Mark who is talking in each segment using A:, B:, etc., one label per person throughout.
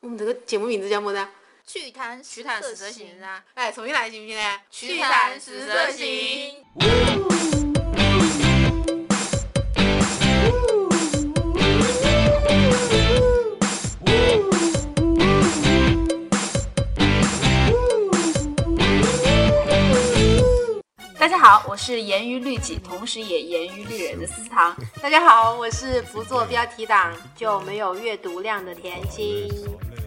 A: 我们这个节目名字叫么子啊？
B: 趣谈
A: 曲坛十色行啊！哎，重新来行不行呢？
B: 曲坛十色行。
C: 大家好，我是严于律己，同时也严于律人的思思糖。
A: 大家好，我是不做标题党就没有阅读量的甜心。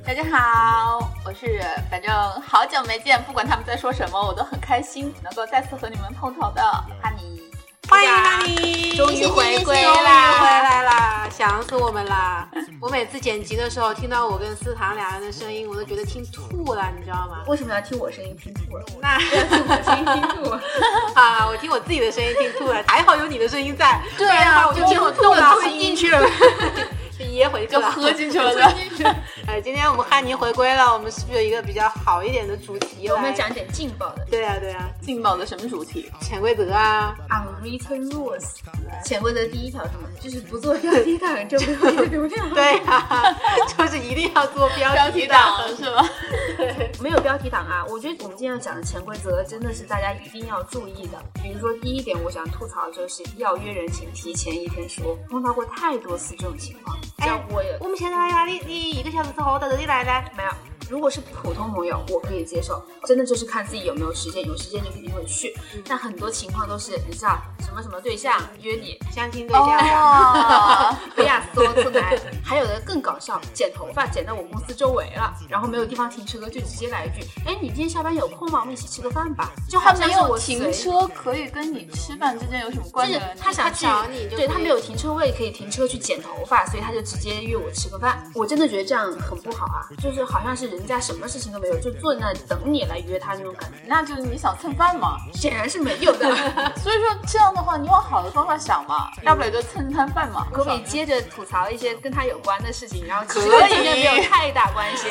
C: 大家好，我是反正好久没见，不管他们在说什么，我都很开心能够再次和你们碰头的哈尼。
A: 欢迎哈尼，
C: 终于回
A: 终
C: 归
A: 于回
C: 啦！
A: 来啦，想死我们啦！我每次剪辑的时候，听到我跟思糖两人的声音，我都觉得听吐了，你知道吗？
C: 为什么要听我声音听吐了？
A: 那
C: 声音听吐 了，
A: 啊，我听我自己的声音听吐了，还好有你的声音在，
C: 对
A: 不然的
C: 啊
A: 话我就
C: 就
A: 听我
C: 听
A: 吐
C: 我
A: 了，
C: 吐
A: 吞
C: 进
A: 进去了， 就噎回去了，
C: 进去了。 对
A: 哎，今天我们汉尼回归了，我们是不是有一个比较好一点的主题？
C: 我们讲。点劲爆的，
A: 对啊，对啊，
B: 劲爆的什么主题？
A: 潜规则啊，
C: Unwritten Rules，潜规则第一条是什么？就是不做 标题党就没有流量。
A: 对啊， 就是一定要做
C: 哦
A: 标题党。
B: 是吧？
C: 没有标题党啊，我觉得我们今天要讲的潜规则真的是大家一定要注意的。比如说第一点，我想吐槽就是要约人请提前一天说，碰到过太多次这种情况。
B: 哎
C: 像我也
A: 我们现在来你你一个小时之后到这里来来。
C: 没有，如果是普通朋友，我可以接受，真的就是看自己有没有时间，有时间就一定会去。
B: 嗯
C: 但很多情况都是，你知道什么什么对象约你，
A: 相亲对
B: 哦
A: 象啊，
C: 维亚斯多次来，还有的更搞笑，剪头发剪到我公司周围了，然后没有地方停车，就直接来一句：“哎，你今天下班有空吗？我们一起吃个饭吧。”就好
B: 他
C: 像
B: 没
C: 是我
B: 有
C: 随
B: 停，车可以跟你吃饭之间有什么
C: 就
B: 关
C: 是
B: 联？
C: 他想去
A: 他找呃你，就
C: 对
A: 可以
C: 他没有停车位可以停车去剪头发，所以他就直接约我吃个饭。我真的觉得这样很不好啊，就是好像是人家什么事情都没有，就坐在那里等你来约他那种感觉，
B: 那就是你想蹭饭嘛。
C: 显然是没有 的。
B: 所以说这样的话，你往好的方法想嘛，要不然就蹭餐饭嘛。
C: 可不可以接着吐槽一些跟他有关的事情，然后其实
B: 可
C: 跟
B: 以
C: 今天没有太大关系？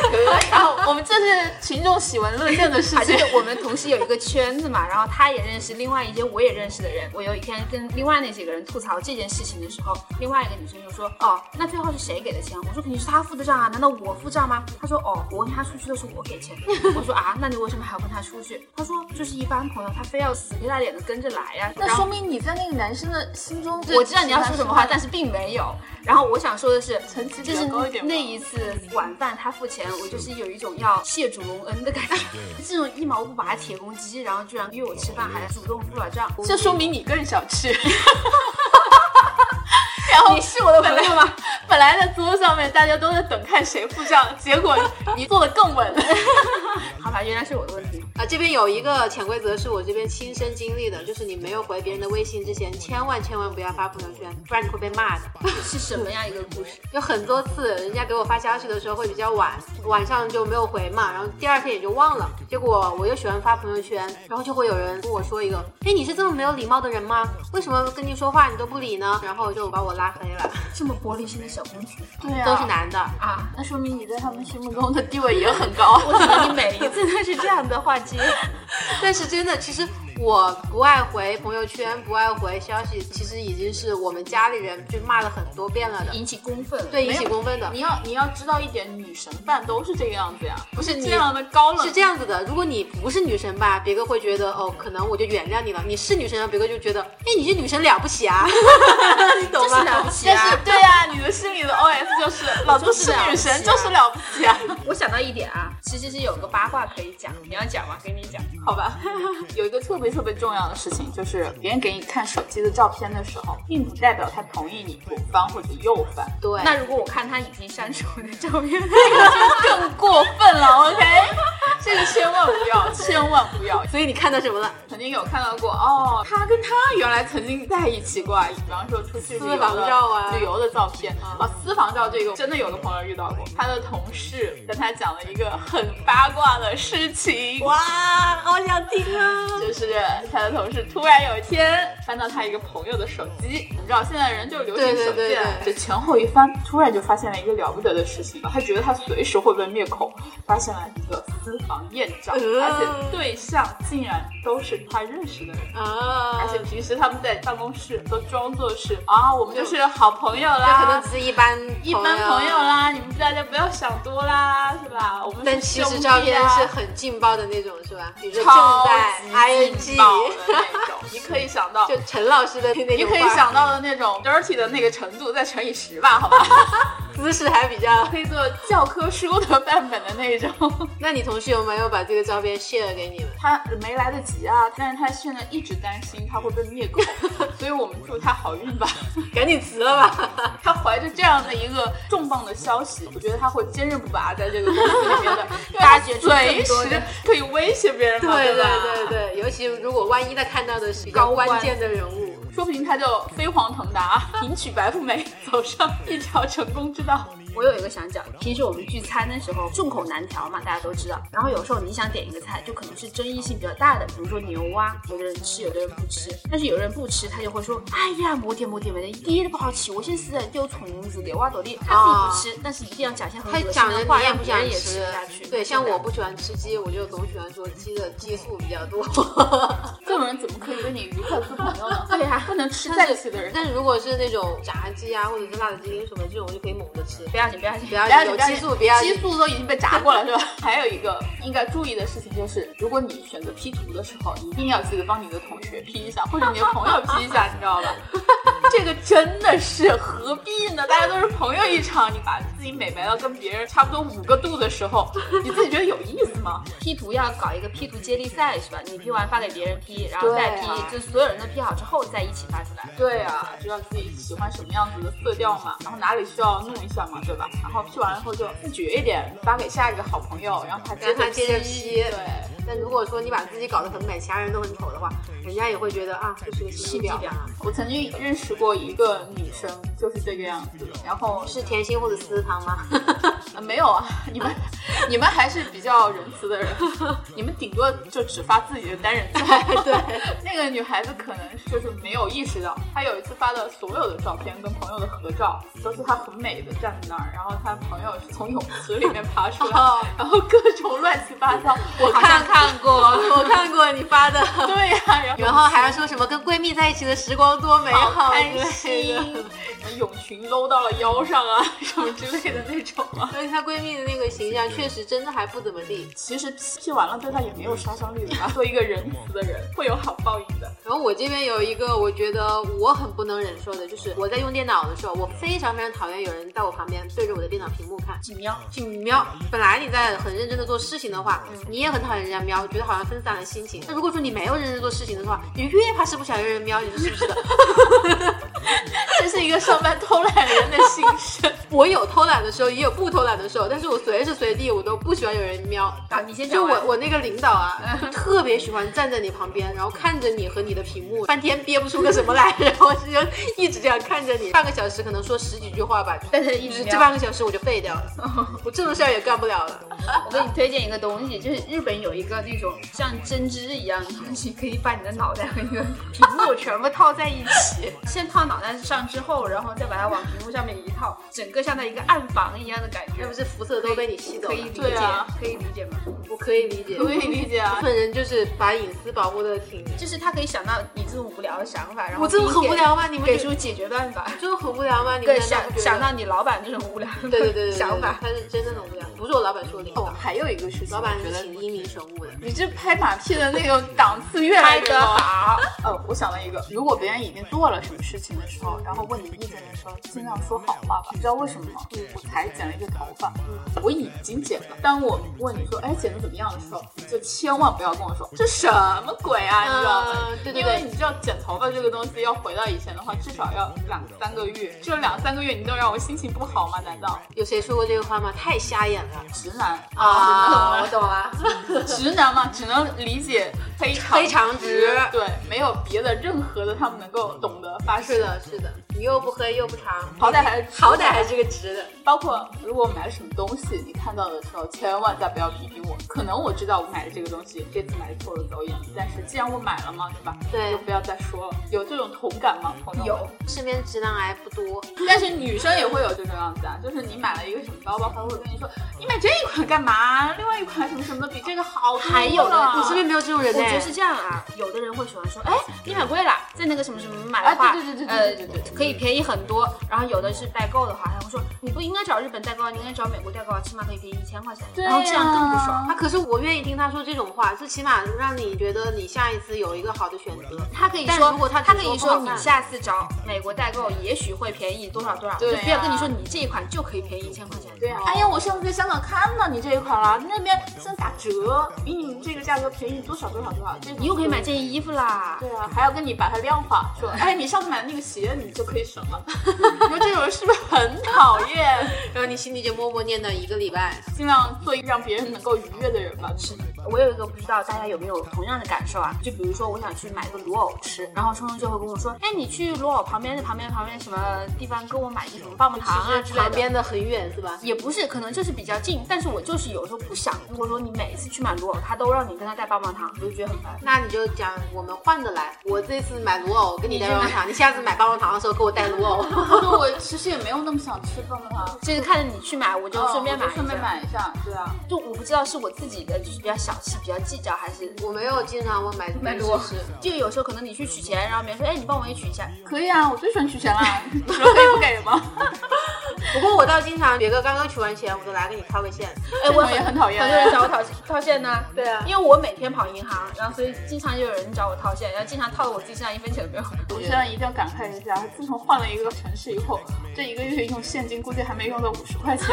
B: 然后我们这是群众喜闻乐见的事
C: 啊，就
B: 情
C: 是。我们同事有一个圈子嘛，然后他也认识另外一些我也认识的人。我有一天跟另外那几个人吐槽这件事情的时候，另外一个女生就说：“哦，那最后是谁给的钱？”我说：“肯定是他付的账啊，难道我付账吗？”她说：“哦，我跟他出去都是我给钱。”我说：“啊，那你为什么还要跟他出去？”她说：“就是一般朋友，他非要死皮赖脸的跟着来呀、然
B: 那
C: 后
B: 说明你在那个男生的心中，
C: 我知道你要说什么话，但
B: 是
C: 是并没有。然后我想说的是，
B: 层次比
C: 就
B: 较
C: 是
B: 高一点吧
C: 那一次晚饭他付钱，我就是有一种要谢主隆恩的感觉。这种一毛不拔的铁公鸡，然后居然约我吃饭，还主动付了账，
B: 这说明你更小 气。然后
C: 你是我的朋友吗？
B: 本来在桌上面大家都在等看谁付账，结果你做的更稳。
C: 好吧，原来是我的问题。
A: 啊，这边有一个潜规则是我这边亲身经历的，就是你没有回别人的微信之前，千万千万不要发朋友圈，不然你会被骂的。
C: 是什么样一个故事？
A: 有很多次，人家给我发消息的时候会比较晚，晚上就没有回嘛，然后第二天也就忘了。结果我又喜欢发朋友圈，然后就会有人跟我说一个：“哎，你是这么没有礼貌的人吗？为什么跟你说话你都不理呢？”然后就把我拉黑了，
C: 这么玻璃心的小公主
B: 对呀、
A: 都是。男的。
C: 啊！
B: 那说明你在他们心目中的地位也很高。
C: 我怎么你每一次都是这样的话接？
A: 但是真的，其实我不爱回朋友圈，不爱回消息，其实已经是我们家里人就骂了很多遍了的，
C: 引起公愤。
A: 对，
B: 没
A: 引
B: 有
A: 起公愤的
B: 你。 要你要知道一点，女神范都是这个样子呀，不是
A: 你
B: 这样的高 冷。
A: 是这样子的，如果你不是女神吧，别个会觉得哦，可能我就原谅你了。你是女神，别个就觉得，哎，你是女神了不起 啊，你懂
C: 这
A: 吗？
C: 是了不起
B: 但
C: 啊！
B: 是对呀、你的心里的 OS 就是老子是女神就是了不起啊，
C: 我想到一点啊，其实是有个八卦可以讲，你要讲吗？给你讲。
B: 好吧。 有一个特别特别重要的事情，就是别人给你看手机的照片的时候，并不代表他同意你左翻或者右翻，
A: 对，
C: 那如果我看他已经删除我的照片，
B: 更过分了，OK？这 个千万不要，千万不要。
A: 所以你看到什么了？
B: 曾经有看到过哦，他跟他原来曾经在一起过，啊，比方说出去旅游
A: 私房
B: 的
A: 照啊
B: 旅游的照片啊，私房照这个真的有个朋友遇到过，他的同事跟他讲了一个很八卦的事情，
A: 哇，好想听啊！
B: 就是他的同事突然有一天翻到他一个朋友的手机，你知道现在人就流行手
A: 对对
B: 机
A: 对
B: 啊，
A: 对
B: 这前后一翻，突然就发现了一个了不得的事情，他觉得他随时会被灭口，发现了一个私房场艳照，
A: 呃
B: 而且对象竟然都是他认识的人。
A: 啊
B: 而且平时他们在办公室都装作是啊，我们就是好朋友啦，
A: 可能只是一般
B: 一般
A: 啊
B: 朋友，啦，你们大家不要想多啦，是吧？我们
A: 但
B: 是
A: 其
B: 兄
A: 实
B: 弟
A: 照片
B: 啊
A: 是很劲爆的那种，是吧？比如说正
B: 超
A: 在
B: 级
A: ING，
B: 劲爆的那种，你可以想到，
A: 就陈老师的那那
B: 你
A: 种
B: 可以
A: 范儿
B: 想到的那种 dirty 的那个程度，再乘以十吧， 好吧？
A: 姿势还比较。
B: 可以做教科书的范本的那种。
A: 那你同事有没有把这个照片 share 给你们？
B: 他没来得及啊，但是他现在一直担心他会被灭口， 所以我们祝他好运吧。
A: 赶紧辞了吧！
B: 他怀着这样的一个重磅的消息，我觉得他会坚韧不拔在这个公司里面 的，因为他
C: 发掘出
B: 随
C: 更多的
B: 时可以威胁别人嘛，
A: 对
B: 吧？
A: 对对对，尤其如果万一他看到的是比较
B: 高官
A: 关键的人物，
B: 说不定他就飞黄腾达，迎娶白富美，走上一条成功之道。
C: 我有一个想讲，平时我们聚餐的时候众口难调嘛，大家都知道。然后有时候你想点一个菜，就可能是争议性比较大的，比如说牛蛙，有的人吃，有的人不吃。但是有人不吃，他就会说：“哎呀，我点我点没的，一点都不好吃，我现在是在丢虫子的，挖朵地。”他自己不吃，但是一定要讲一些很
A: 啊他
C: 恶心
A: 讲的
C: 的话，
A: 你也
C: 让
A: 不
C: 别人
A: 想
C: 也
A: 吃
C: 吃不下去。。
A: 对，像
C: 对
A: 我不喜欢吃鸡，我就总喜欢说鸡的激素比较多。
B: 这种人怎么可以跟你愉快做朋友 呢？
C: 对 呀、
B: 不能吃在一起的人。
A: 但如果是那种炸鸡啊，或者是辣子鸡丁什么这种，我就可以猛的吃。
C: 不要紧，不要紧，
A: 不要
B: 不要
A: 有
B: 紧
A: 激素，不要
B: 激素都已经被炸过了是吧？ 还有一个应该注意的事情就是，如果你选择 P 图的时候，一定要记得帮你的同学 P 一下，或者你的朋友 P 一下，你知道吧？ 这个真的是何必呢？大家都是朋友一场，你把自己美白到跟别人差不多五个度的时候，你自己觉得有意思吗？
C: P 图要搞一个 P 图接力赛是吧？你 P 完发给别人 P，然后
B: 对
C: 再 P，、
B: 啊
C: 就所有人都 P 好之后再一起发出来。
B: 对啊，知道自己喜欢什么样子的色调嘛，然后哪里需要弄一下嘛，对吧？然后 P 完了后就自觉一点，发给下一个好朋友，然后他接
A: 让他
B: 着
A: 接着
B: P，
A: P
B: 对。
A: 但如果说你把自己搞得很美，其他人都很丑的话，人家也会觉得啊，这是个
C: 是
A: 细
C: 这
A: 婊，
C: 样，
B: 我曾经认识过一个女生，就是这个样子的。然后是、
A: 是甜心或者丝糖吗？
B: 呃没有啊，你们你们还是比较仁慈的人，你们顶多就只发自己的单人照。哎对，那个女孩子可能就是没有意识到，她有一次发的所有的照片跟朋友的合照，都是她很美的站在那儿，然后她朋友是从泳池里面爬出来，然后各种乱七八糟。哦我
C: 好像
B: 看。
C: 看过。
A: 我看过你发的，
B: 对呀、然后
A: 然后还要说什么跟闺蜜在一起的时光多美
B: 好
A: 好
B: 开
A: 之类
B: 心
A: 的。，
B: 泳裙搂到了腰上啊， 什么之类的那种啊。
A: 而且她闺蜜的那个形象确实真的还不怎么地。
B: 其实 P 完了对他也没有杀伤力的吧？做一个仁慈的人会有好报应的。
A: 然后我这边有一个我觉得我很不能忍受的，就是我在用电脑的时候，我非常非常讨厌有人在我旁边对着我的电脑屏幕看。
C: 锦 喵，
A: 请瞄，本来你在很认真的做事情的话，你也很讨厌人家瞄，觉得好像分散了心情。那如果说你没有认真做事情的话，你越怕是不想有人瞄，你说是不是的？
B: 这是一个上班偷懒人的心声。
A: 我有偷懒的时候，也有不偷懒的时候，但是我随时随地我都不喜欢有人瞄。
C: 啊你先讲
A: 就
C: 完
A: 我我那个领导 啊，特别喜欢站在你旁边，然后看着你和你的屏幕，半天憋不出个什么来， 然后就一直这样看着你，半个小时可能说十几句话吧。
C: 但是一
A: 就是
C: 直
A: 这
C: 这
A: 半个小时我就废掉 了，我这种事儿也干不了了。
C: 我给你推荐一个东西，就是日本有一个那种像针织一样的东西，可以把你的脑袋和你的屏幕全部套在一起，先套脑袋上之后，然后再把它往屏幕上面一套，整个像在一个暗房一样的感觉。
A: 要不是辐射都被你吸走
C: 可
A: 了
C: 以，理
B: 对
C: 解，
B: 啊
C: 可以理解吗？
A: 我可以理解，
B: 可以理解啊
A: 部，分人就是把隐私保护的挺。
C: 就是他可以想到你这种无聊的想法，然后
A: 我这种很
C: 并
A: 无
C: 给
A: 聊吗？你们
C: 给
A: 就
C: 出解决办法。
A: 这种很无聊吗？你们
C: 更
A: 难道
C: 想
A: 不觉得
C: 想到你老板这种无聊的
A: 对对对对对对
C: 想法，
A: 他是真的很无聊，不是我老板说的。
B: 哦，还有一个事情，
A: 老板
B: 我觉
A: 是
B: 得
A: 挺英明神武的。
B: 你这拍马屁的那个档次越来
C: 拍
B: 越
C: 得
B: 高。
C: 好。
B: 呃，我想了一个，如果别人已经做了什么事情的时候，然后问你意见的时候，尽量说好话吧。你知道为什么吗？我才剪了一个头发，我已经剪了。当我问你说，哎，剪的怎么样的时候，你就千万不要跟我说这什么鬼啊，你知道吗？
A: 嗯对对
B: 因
A: 对
B: 为你知道剪头发这个东西，要回到以前的话，至少要两三个月。这两三个月你都让我心情不好吗？难道
A: 有谁说过这个话吗？太瞎眼了
B: 直男
A: 啊！
B: 直
A: 懂了，
B: 男直男嘛，只能理解非常
A: 非常直
B: 对，没有别的任何的他们能够懂得发
A: 是
B: 誓。
A: 的，是的，你又不黑又不长，
B: 好歹还是
A: 好歹还是个直的。
B: 包括如果买了什么东西，你看到的时候，千万再不要批评我。可能我知道我买的这个东西这次买错了走眼，但是既然我买了嘛，对吧？
A: 对
B: 就不要再说了。有这种同感吗，朋友？
C: 有，
A: 身边直男癌不多，
B: 但是女生也会有这种样子啊，就是你买了一个什么包包，他会跟你说：“你买这一款干嘛？另外一款什么什么的比这个好多了。
C: 还有呢
A: 我身边没有这种人
C: 我觉
A: 哎
C: 得是。这样啊，有的人会喜欢说，哎，你买贵了，在那个什么什么买
B: 啊
C: 的话，
B: 对对对对对对对
C: 呃，可以便宜很多。然后有的是代购的话，他会说，你不应该找日本代购啊，你应该找美国代购啊，起码可以便宜一千块钱。
B: 对
C: 然后这样更不爽。
B: 啊
A: 啊，可是我愿意听他说这种话，这起码让你觉得你下一次有一个好的选择。
C: 他可以
A: 但
C: 说，
A: 如果他
C: 他
A: 只
C: 可以
A: 说不好
C: 说你
A: 看
C: 下次找美国代购，也许会便宜多少多少，
B: 对
C: 就不要
B: 啊
C: 跟你说你这一款就可以便宜一千块钱。
B: 对啊，哎呀，我上次在香港看到你这一款了，那边现在打折，比你们这个价格便宜多少多少多少，这
C: 你又可以买这件衣服啦。
B: 对啊，还要跟你把它量化，说，哎，你上次买的那个鞋，你就可以省了。 你说这种人是不是很讨厌？
A: 然后你心里就默默念叨一个礼拜。
B: 尽量做一个让别人能够愉悦的人吧。是，
C: 我有一个不知道大家有没有同样的感受啊？就比如说我想去买个卤藕吃，然后冲冲就会跟我说，哎，你去卤藕旁边的旁边旁边什么地方给我买一个什么棒棒糖啊
A: 就是
C: 之类
A: 旁
C: 的。
A: 边的很远是吧？
C: 也不是，可能就是比较近，但是我就是有时候不想。如果说你每一次去买卤藕，他都让你跟他带棒棒糖，我就觉得很烦。
A: 那你就讲我们换着来，我这次买卤藕给你带棒棒糖，你下次买棒棒糖的时候给我带卤 藕。
B: 我其实也没有那么想吃棒棒 糖，
C: 就是看着你去买，我就顺便买
B: 嗯
C: 一
B: 我
C: 下、
B: 就顺便买一下，对啊。
C: 就我不知道是我自己的，就是比较小气、比较计较，还是
A: 我没有经常我买
B: 买
A: 卤
B: 卤藕
A: 吃，
C: 就有时候可能你去取钱，然后别人说，哎，你帮我也取一下，
B: 可以啊，我最喜欢取钱 啦，你说可以不给吗？
A: 不过我倒经常别个刚刚取完钱，我都来给你掏个现。
C: 哎，我
B: 这种也很讨厌
C: 很多人找我讨套现呢。
A: 对啊
C: 因为我每天跑银行，然后所以经常就有人找我套现，然后经常套的我自己身上一分钱都没有。
B: 我现在一定要感慨一下，自从换了一个城市以后，这一个月用现金估计还没用到五十块钱，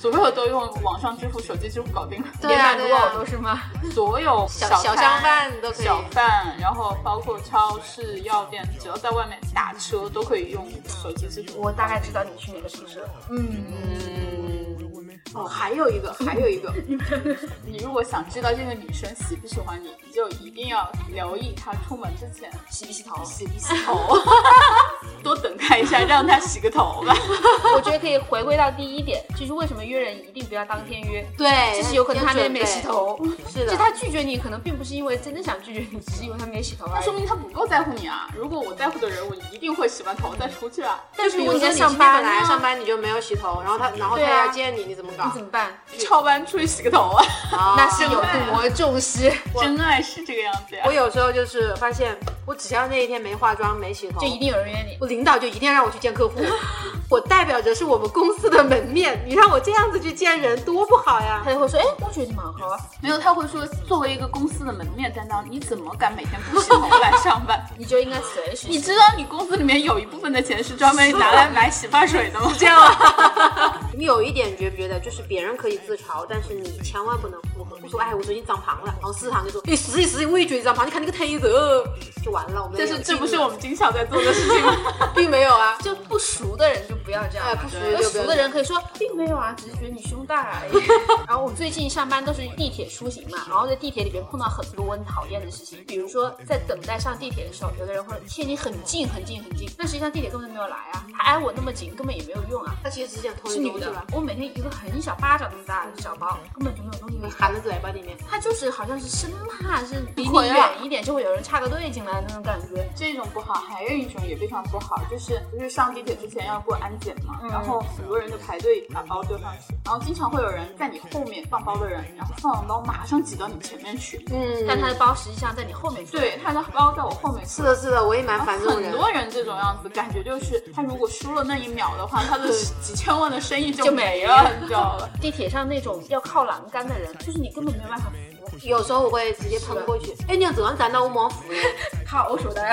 B: 所有都用网上支付、手机支付搞定了。
A: 对 啊
C: 连
A: 对
C: 买
A: 啊
C: 卤藕都是吗？
B: 所有
A: 小
B: 摊
A: 小商贩都可以
B: 小贩，然后包括超市、药店，只要在外面打车都可以用手机支付。
C: 我大概知道你去哪个城市了。
B: 哦，还有一个，还有一个， 你如果想知道这个女生喜不喜欢你，你就一定要留意她出门之前
C: 洗不洗头？
B: 洗不洗头， 多等她一下，让她洗个头 吧。
C: 我觉得可以回归到第一点，就是为什么约人一定不要当天约，
A: 对，
C: 就是有可能他那天没洗
A: 头。
C: 头。
A: 是
C: 就
A: 的，
C: 他拒绝你，可能并不是因为真的想拒绝你，只是因为他没洗头而
B: 那
C: 已
B: 说。明他不够在乎你啊！如果我在乎的人，我一定会洗完头再出去啊。
C: 但是
A: 比
C: 如果
A: 如
C: 你
A: 说
C: 在
A: 你
C: 上
A: 今天本
C: 班
A: 来
C: 呢
A: 上班你就啊没有洗头，然后他然后他
C: 对啊
A: 要见你，你怎么搞
C: 你？怎么办？
B: 翘班出去洗个头啊！
A: 啊
C: 那是有多重视，
B: 真爱是这个样子呀、
A: 我有时候就是发现，我只要那一天没化妆、没洗头，
C: 就一定有人约你。
A: 我领导就一定要让我去见客户。我代表着是我们公司的门面，你让我这样子去见人，多不好呀！
C: 他就会说，哎，我觉得你蛮好啊，
B: 没有，他会说，作为一个公司的门面担当，你怎么敢每天不洗头来上班？
C: 你就应该随时洗。
B: 你知道你公司里面有一部分的钱是专门拿来买洗发水的吗？这样
A: 你有一点觉不觉得，就是别人可以自嘲，但是你千万不能附和。我说，哎，我最近长胖了，然后市场就说，哎你实际实际我也觉得长胖，你看那个腿子，就完了。我们
B: 但 是这不是
A: 我
B: 我们经常在做的事情吗？
A: 并没有啊，
C: 就不熟的人就不要这样
A: 哎
C: 嘛，
A: 不熟
C: 对
A: 就不要
C: 熟
A: 这样
C: 的人可以说并没有啊，只是觉得你胸大而 已。然后我最近上班都是地铁出行嘛，然后在地铁里边碰到很多我很讨厌的事情，比如说在等待上地铁的时候，有的人会贴你很近很近很近，但实际上地铁根本就没有来啊，他挨我那么近根本也没有用啊。
A: 他其实只想偷
C: 是
A: 你
C: 女
A: 东西
C: 的
A: 吧，，
C: 我每天一个很小巴掌那么大的小包，根本就没有东西可以
A: 含在嘴巴里面。
C: 他就是好像是生怕是离你
B: 回来
C: 远一点就会有人插个队进来的那种感觉。
B: 这种不好，还有一种也非常不好，就是不是上地铁之前要过安检嘛，然后很多人就排队把包丢上去，然后经常会有人在你后面放包的人，然后放完包马上挤到你前面去。
A: 嗯
C: 但他的包实际上在你后面去，
B: 对，他的包在我后面
A: 是
B: 是
A: 的，是的，我也蛮烦这种
B: 很
A: 人。
B: 多人这种样子，感觉就是他如果输了那一秒的话，他的几千万的生意就
C: 就
B: 没
C: 没
B: 了
C: 了，
B: 你知道吧？
C: 地铁上那种要靠栏杆的人，就是你根本没有办法扶。
A: 有时候我会直接喷过去，哎，你怎么咱到我们服务？
C: 好，我说的。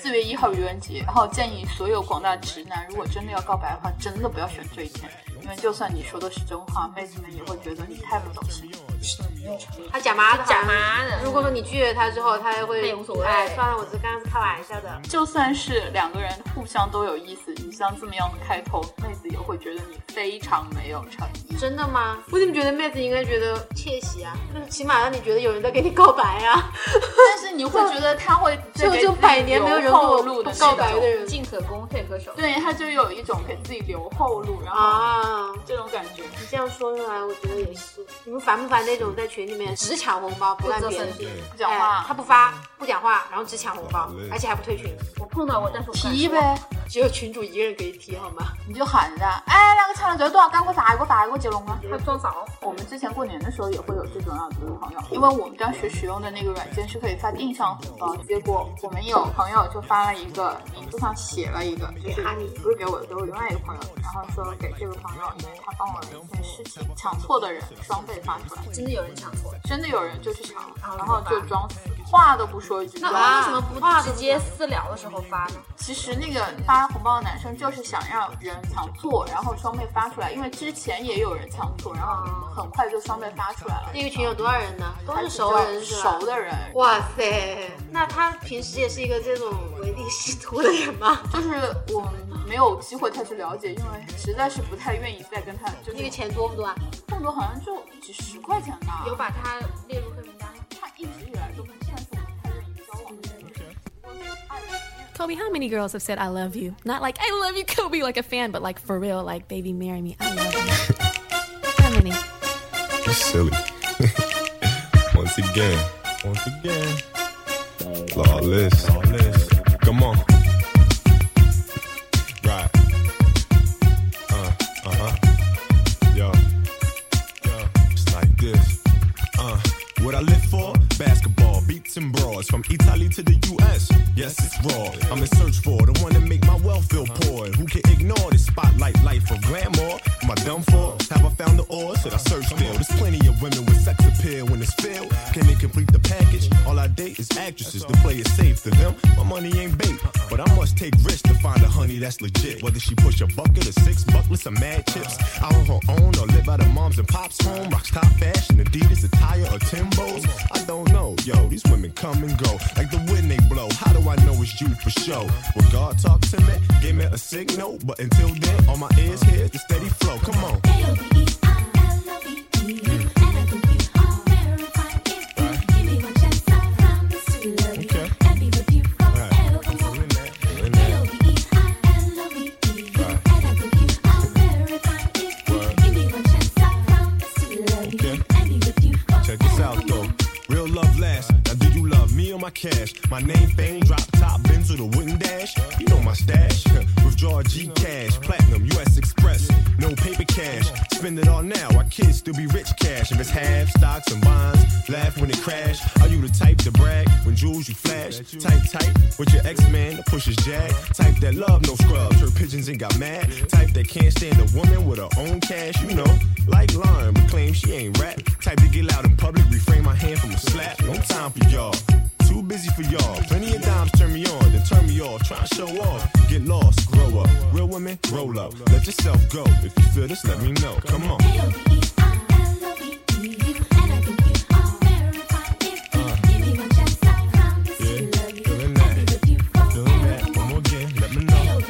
B: 四月一号愚人节，然后建议所有广大直男，如果真的要告白的话，真的不要选这一天，因为就算你说的是真话，妹子们也会觉得你太不懂事。
A: 他假麻的，
C: 假麻的
A: 如果说你拒绝他之后，他也会
C: 他也无所谓
A: 哎，算了，我只刚刚是开玩笑的。
B: 就算是两个人互相都有意思，你像这么样的开头，妹子也会觉得你非常没有诚意。
A: 真的吗？我怎么觉得妹子应该觉得窃喜啊？就是起码让你觉得有人在给你告白啊。
B: 但是你会觉得他会
A: 就就百年没有人
B: 后
A: 跟
B: 路
A: 我
B: 的
A: 告白
B: 那种
A: 的人
C: 进可攻，退可守。
B: 对他就有一种给自己留后路，然后
A: 啊，
B: 这种感觉。
A: 你这样说出来，我觉得也是。你们烦不烦那种在群里面只抢红包不
C: 不
A: 让
C: 做
A: 别
C: 分
A: 人？
C: 析，
B: 不讲
A: 哎
B: 话
A: 他不发，不讲话，然后只抢红包，而且还不退群，
C: 我碰到过，但是我不敢
B: 提
C: 说
B: 呗，
A: 只有群主一个人可以踢，好吗？
B: 你就喊着，哎，那个超人角多少干过啥？过啥？过接龙啊？
C: 他装傻哦。
B: 我们之前过年的时候也会有这种样子的朋友，因为我们当时使用的那个软件是可以发定向红包，呃结果我们有朋友就发了一个，名字上写了一个，就是不是给我，给我另外一个朋友，然后说给这个朋友，因为他帮我了一件事情，抢错的人双倍发出来，
C: 真的有人抢错，
B: 真的有人就去抢，然后就装死，话都不说一句。
C: 那
B: 装
A: 啊
C: 为什么不直接私聊的时候发呢？
B: 其实那个发红包的男生就是想让人抢错，然后双倍发出来，因为之前也有人抢错，然后很快就双倍发出来了。
A: 那个群有多少人呢？都
B: 还
A: 是
B: 比
A: 熟
B: 较
A: 人是吧？
B: 熟的人，
A: 哇塞，那他平时也是一个这种唯利是图的人吗？
B: 就是我没有机会太去了解，因为实在是不太愿意再跟他，
A: 那
B: 就那
A: 个
B: 个
A: 钱多不多啊？
B: 动作好像就几十块钱吧。
C: 有把他列入黑名单吗？
B: 他一直以来都不算是我太愿意交往的人。
D: Kobe, how many girls have said I love you? Not like I love you, Kobe, like a fan, but like for real, like baby, marry me. I love you. how many?
E: It's silly. Once again. Once again. Flawless. Flawless. Come on. Right. Uh, uh-huh. Yo. Yo. It's like this. Uh, what I live for? Basketball, beats and bras from Italy to the US. Yes, it's raw. I'm in search for the one that make my wealth feel poor. Who can ignore the spotlight life of glamour? Am I done for? Have I found the ore? Should I search still? There's plenty of women with sex appeal when it's filled. Can they complete the package? All I date is actresses. The play is safe to them. My money ain't bait, but I must take risks to find a honey that's legit. Whether she push a bucket or six bucklets or mad chips, out on her own or live out of mom's and pop's home. Rocks top fashion, Adidas attire or Timbo's. I don't know, yo. These women come and go like the wind they blow. How do I know it's you for sure? Will God talk to me? Give me a signal, but until then, all my ears hear the steady flow. Come on. Check this out though. Real love lasts. Now do you love me or my cash? My name fame, drop top, Benz or the wooden dash. You know my stash. Withdraw G cash, platinum, US Express. No paper cash. Spend it all now. Our kids still be rich cash. If it's halves, stocks and bonds, laugh when it crash. Are you the type to brag when jewels you flash? Type type with your X man that pushes jag. Type that love no scrubs. Her pigeons ain't got mad. Type that can't stand a woman with her own cash. You know, like Lauren, but claim she ain't rap. Type to get loud in public, refrain my hand from a slap. No time for y'all. Too busy for y'all. Plenty of dimes turn me on, then turn me off. Try to show off. Get lost, grow up. Real women, roll up. Let yourself go. If you feel this, let me know. Come on. Feeling that. Feeling that. One more again. Let me know.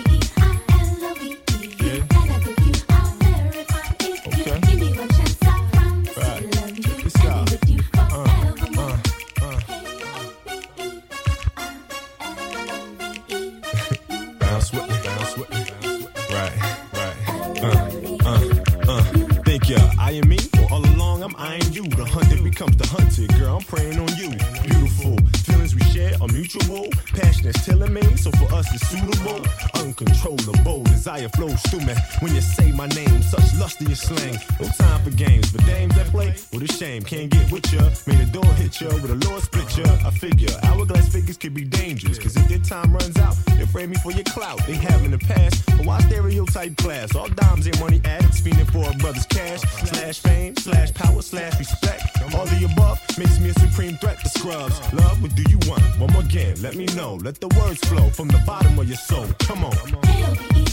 E: Bounce with me. Bounce with me. Right. Right. Uh. uh, think ya I am me? Well, all along I'm I am you. The hunted becomes the hunted. Girl, I'm praying on you. Beautiful feelings we share are mutual. Passion is telling me, so for us it's suitable. Uncontrollable desire flows through me when you say my name. Such lust in your slang. No time for games, but dames that play with a shame. Can't get with ya. Made a door hit ya with a Lord split ya. I figure hourglass figures could be dangerous. Cause if their time runs out, they frame me for your clout. They have in the past, but why stereotype class? All dimes and money addicts, fiending for a brother's cash. Slash fame, slash power, slash respect. All the above makes me a supreme threat to scrubs. Love, what do you want? One more again, let me know. Let the words flow from the bottom of your soul. Come on.
F: L-B-E-R-L-O-V-E